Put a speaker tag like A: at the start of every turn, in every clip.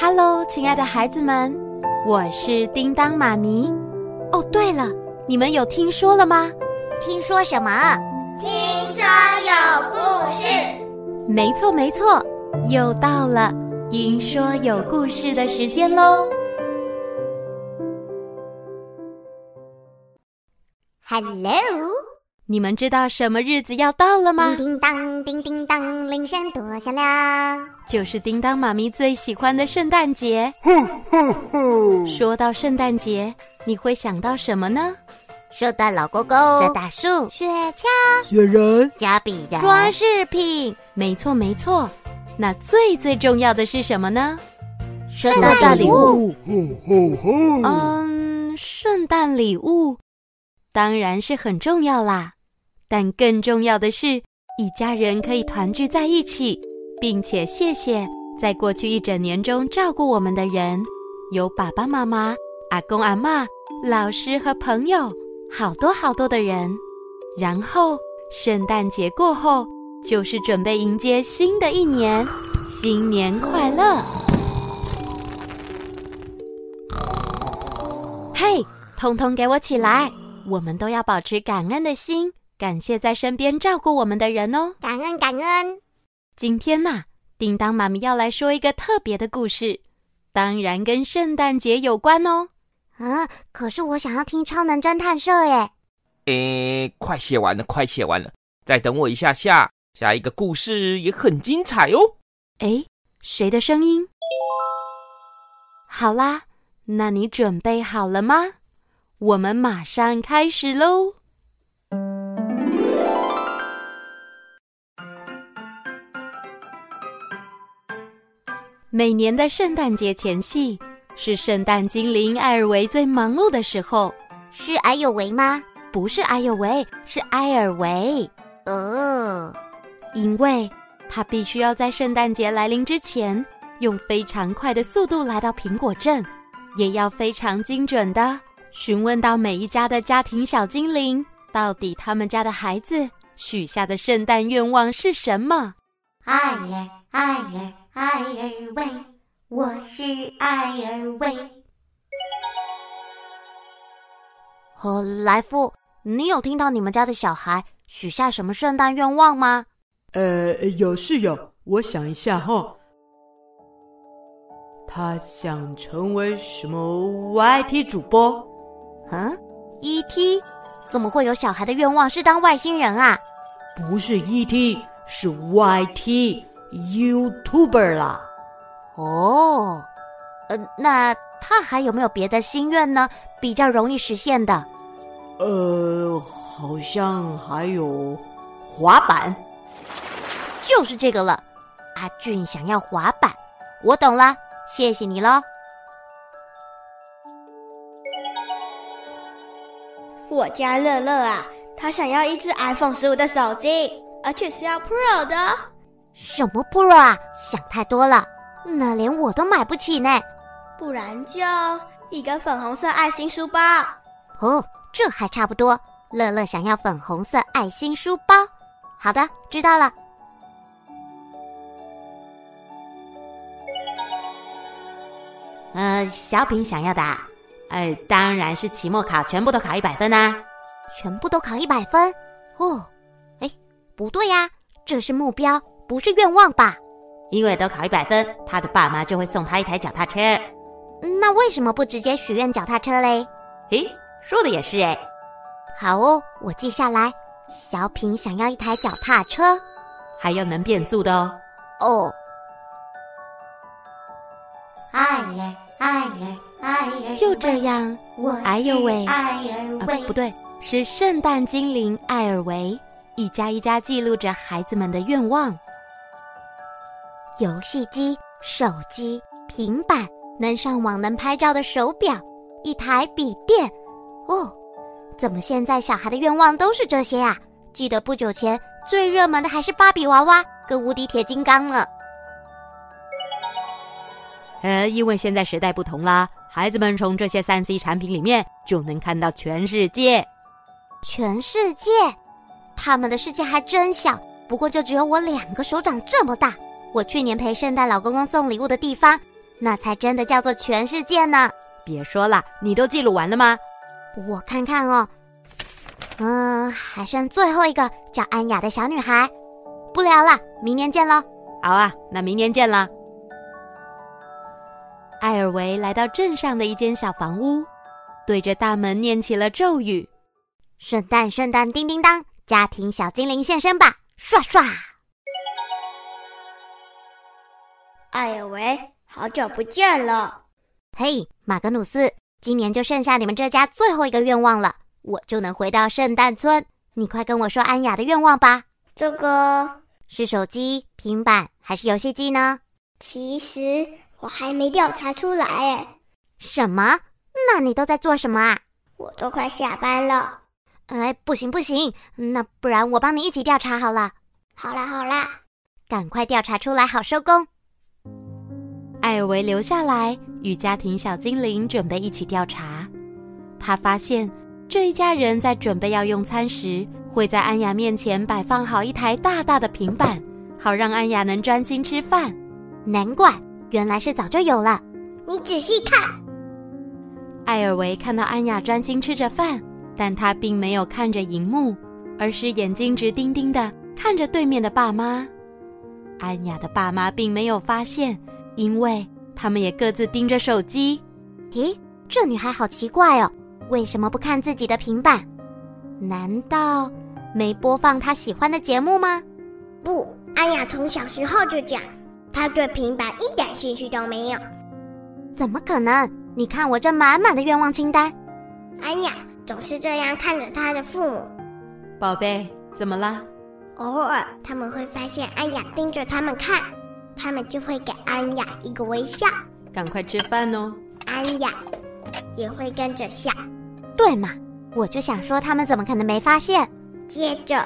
A: Hello，亲爱的孩子们，我是叮当妈咪。哦，对了，你们有听说了吗？
B: 听说什么？
C: 听说有故事。
A: 没错，没错，又到了听说有故事的时间喽。
B: Hello，
A: 你们知道什么日子要到了吗
B: 叮？叮当，叮叮当，铃声多响亮。
A: 就是叮当妈咪最喜欢的圣诞节。说到圣诞节，你会想到什么呢？
B: 圣诞老公公，
D: 这大树、
B: 雪橇、
E: 雪人，
D: 加比人、
B: 装饰品，
A: 没错，没错。那最最重要的是什么呢？
D: 圣
B: 诞
D: 诞礼
B: 礼
D: 物、
E: 吼吼吼！
A: 嗯，圣诞礼物当然是很重要啦，但更重要的是，一家人可以团聚在一起，并且谢谢在过去一整年中照顾我们的人，有爸爸妈妈、阿公阿嬷、老师和朋友，好多好多的人。然后，圣诞节过后，就是准备迎接新的一年，新年快乐！嘿，通通给我起来！我们都要保持感恩的心，感谢在身边照顾我们的人哦。
B: 感恩感恩。
A: 今天呐、叮当妈咪要来说一个特别的故事，当然跟圣诞节有关哦。
B: 啊，可是我想要听超能侦探社耶。
F: 诶，快写完了，快写完了，再等我一下下，下一个故事也很精彩哦。
A: 诶，哎谁的声音？好啦，那你准备好了吗？我们马上开始喽！每年的圣诞节前夕是圣诞精灵艾尔维最忙碌的时候，
B: 是哎呦喂吗？
A: 不是艾尔维，是埃尔维。
B: 哦，
A: 因为他必须要在圣诞节来临之前，用非常快的速度来到苹果镇，也要非常精准的询问到每一家的家庭小精灵，到底他们家的孩子许下的圣诞愿望是什么。
C: 艾尔，艾尔，艾尔喂，我是艾尔喂。
B: 哦，来富，你有听到你们家的小孩许下什么圣诞愿望吗？
E: 呃，有是有，我想一下哈，他想成为什么 YT 主播？
B: 嗯，E.T. 怎么会有小孩的愿望是当外星人啊？
E: 不是 ET，是 YT YouTuber 啦。
B: 哦，呃，那他还有没有别的心愿呢？比较容易实现的
E: 呃，好像还有滑板。
B: 就是这个了。阿俊想要滑板，我懂了，谢谢你喽。
C: 我家乐乐啊，他想要一只 iPhone 十五的手机，而且是要 Pro 的哦。
B: 什么 Pro 啊？想太多了，那连我都买不起呢。
C: 不然就一个粉红色爱心书包。
B: 哦，这还差不多。乐乐想要粉红色爱心书包。好的，知道了。呃，小品想要的、啊，
D: 呃，当然是期末考全部都考一百分啦、
A: 啊
B: 全部都考一百分。哦，哎，不对呀、这是目标，不是愿望吧？
D: 因为都考一百分，他的爸妈就会送他一台脚踏车。
B: 那为什么不直接许愿脚踏车嘞？
D: 咦，说的也是哎，
B: 好哦，我记下来。小品想要一台脚踏车。
D: 还要能变速的哦。
B: 哦，
C: 艾尔，艾尔，艾尔
A: 就这，样，
C: 我是
A: 哎呦喂
C: 艾尔
A: 啊
C: 喂，，
A: 不对，是圣诞精灵艾尔维一家一家记录着孩子们的愿望。
B: 游戏机、手机、平板、能上网、能拍照的手表、一台笔电。哦，怎么现在小孩的愿望都是这些啊？记得不久前最热门的还是芭比娃娃跟无敌铁金刚呢。
D: 呃，因为现在时代不同啦，孩子们从这些三 C 产品里面就能看到全世界。
B: 全世界，他们的世界还真小，不过就只有我两个手掌这么大。我去年陪圣诞老公公送礼物的地方，那才真的叫做全世界呢。
D: 别说了，你都记录完了吗？
B: 我看看哦，嗯，还剩最后一个叫安雅的小女孩。不聊了，明年见喽。
D: 好啊，那明年见啦。
A: 艾尔维来到镇上的一间小房屋，对着大门念起了咒语。
B: 圣诞，圣诞，叮叮当，家庭小精灵现身吧！刷刷，
C: 哎呦喂，好久不见了！
B: 嘿，马格努斯，今年就剩下你们这家最后一个愿望了，我就能回到圣诞村。你快跟我说安雅的愿望吧，
C: 这个
B: 是手机、平板还是游戏机呢？
C: 其实我还没调查出来哎，
B: 什么？那你都在做什么啊？
C: 我都快下班了。
B: 哎，不行不行，那不然我帮你一起调查好了。
C: 好啦好啦，
B: 赶快调查出来，好收工。
A: 艾尔维留下来，与家庭小精灵准备一起调查。他发现这一家人在准备要用餐时，会在安雅面前摆放好一台大大的平板，好让安雅能专心吃饭。
B: 难怪，原来是早就有了。
C: 你仔细看，
A: 艾尔维看到安雅专心吃着饭，但他并没有看着荧幕，而是眼睛直盯盯的看着对面的爸妈。安雅的爸妈并没有发现，因为他们也各自盯着手机。
B: 咦，这女孩好奇怪哦，为什么不看自己的平板？难道没播放她喜欢的节目吗？
C: 不，安雅从小时候就讲，她对平板一点兴趣都没有。
B: 怎么可能？你看我这满满的愿望清单，
C: 安雅总是这样看着她的父母，
D: 宝贝，怎么啦？
C: 偶尔他们会发现安雅盯着他们看，他们就会给安雅一个微笑，
D: 赶快吃饭哦。
C: 安雅也会跟着笑。
B: 对嘛？我就想说，他们怎么可能没发现？
C: 接着，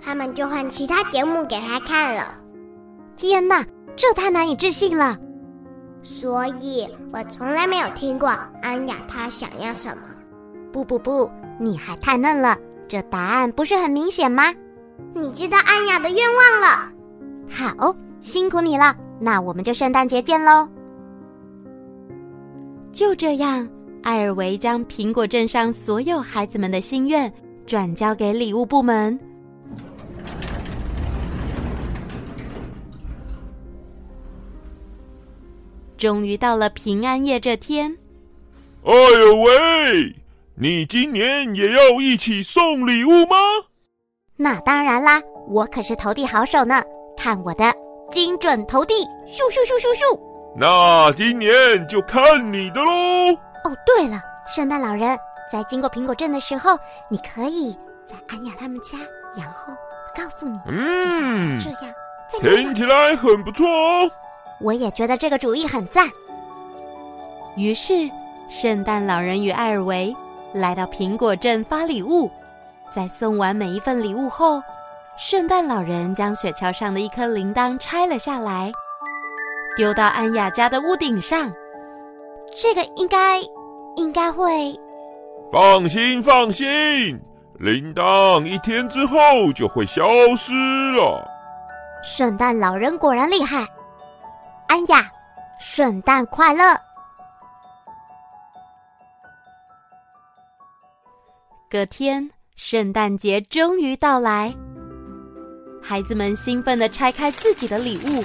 C: 他们就换其他节目给她看了。
B: 天哪，这太难以置信了！
C: 所以我从来没有听过安雅她想要什么。
B: 不不不，你还太嫩了，这答案不是很明显吗？
C: 你知道安雅的愿望了，
B: 好，辛苦你了，那我们就圣诞节见喽。
A: 就这样，艾尔维将苹果镇上所有孩子们的心愿转交给礼物部门。终于到了平安夜这天，
G: 哎呦喂，你今年也要一起送礼物吗？
B: 那当然啦，我可是投递好手呢，看我的精准投递，咻咻咻咻咻！
G: 那今年就看你的喽。
B: 哦，对了，圣诞老人在经过苹果镇的时候，你可以在安雅他们家，然后告诉你，就像
G: 嗯，
B: 这样，在那
G: 听
B: 样。
G: 起来很不错哦。
B: 我也觉得这个主意很赞。
A: 于是圣诞老人与艾尔维来到苹果镇发礼物。在送完每一份礼物后，圣诞老人将雪橇上的一颗铃铛拆了下来，丢到安雅家的屋顶上。
B: 这个应该应该会
G: 放心放心，铃铛一天之后就会消失了。
B: 圣诞老人果然厉害，安雅，圣诞快乐！
A: 隔天，圣诞节终于到来，孩子们兴奋地拆开自己的礼物。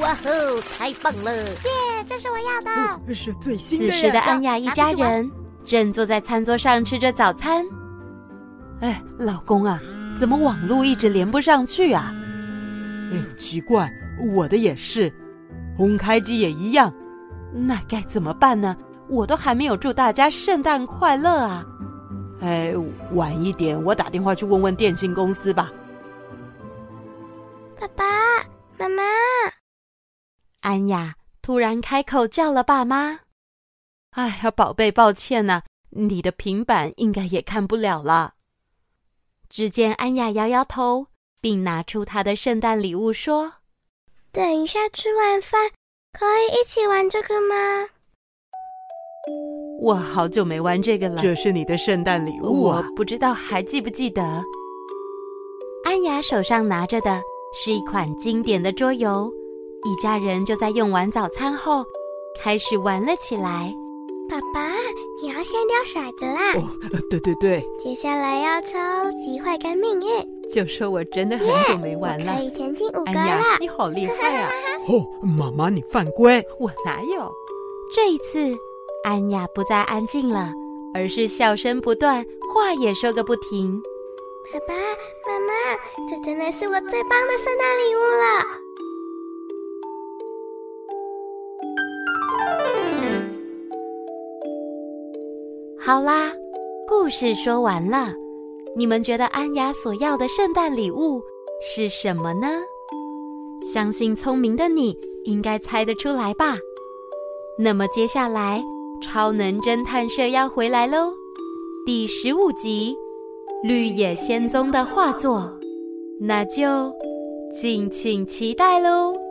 B: 哇吼，太棒了！耶，这是我要的。
E: 是最新
A: 此时的安雅一家
B: 拿出去玩
A: 人正坐在餐桌上吃着早餐。
D: 哎，老公啊，怎么网络一直连不上去啊？
E: 哎，奇怪，我的也是，红开机也一样。
D: 那该怎么办呢？我都还没有祝大家圣诞快乐啊！哎，晚一点我打电话去问问电信公司吧。
C: 爸爸妈妈。
A: 安雅突然开口叫了爸妈。
D: 哎呀，宝贝，抱歉呐、你的平板应该也看不了了。
A: 只见安雅摇摇头，并拿出她的圣诞礼物说
C: 等一下吃完饭可以一起玩这个吗？
D: 我好久没玩这个了，
E: 这是你的圣诞礼物
D: 我
E: 啊！
D: 不知道还记不记得。：“
A: 安雅手上拿着的是一款经典的桌游，一家人就在用完早餐后，开始玩了起来。
C: 爸爸，你要先掉骰子啦！
D: 哦，呃对对对，
C: 接下来要抽机会跟命运，
D: 就说我真的很久没
C: 我
D: 玩了
C: 可。以前进五
D: 哎
C: 个
D: 呀，
C: 啦！
D: 你好厉害啊！
E: 哦，妈妈你犯规，
D: 我哪有？
A: 这一次，安雅不再安静了，而是笑声不断，话也说个不停。
C: 爸爸妈妈，这真的是我最棒的圣诞礼物了！
A: 好啦，故事说完了。你们觉得安雅所要的圣诞礼物是什么呢？相信聪明的你应该猜得出来吧。那么接下来，超能侦探社要回来喽，第十五集《绿野仙踪》的画作，那就敬请期待喽。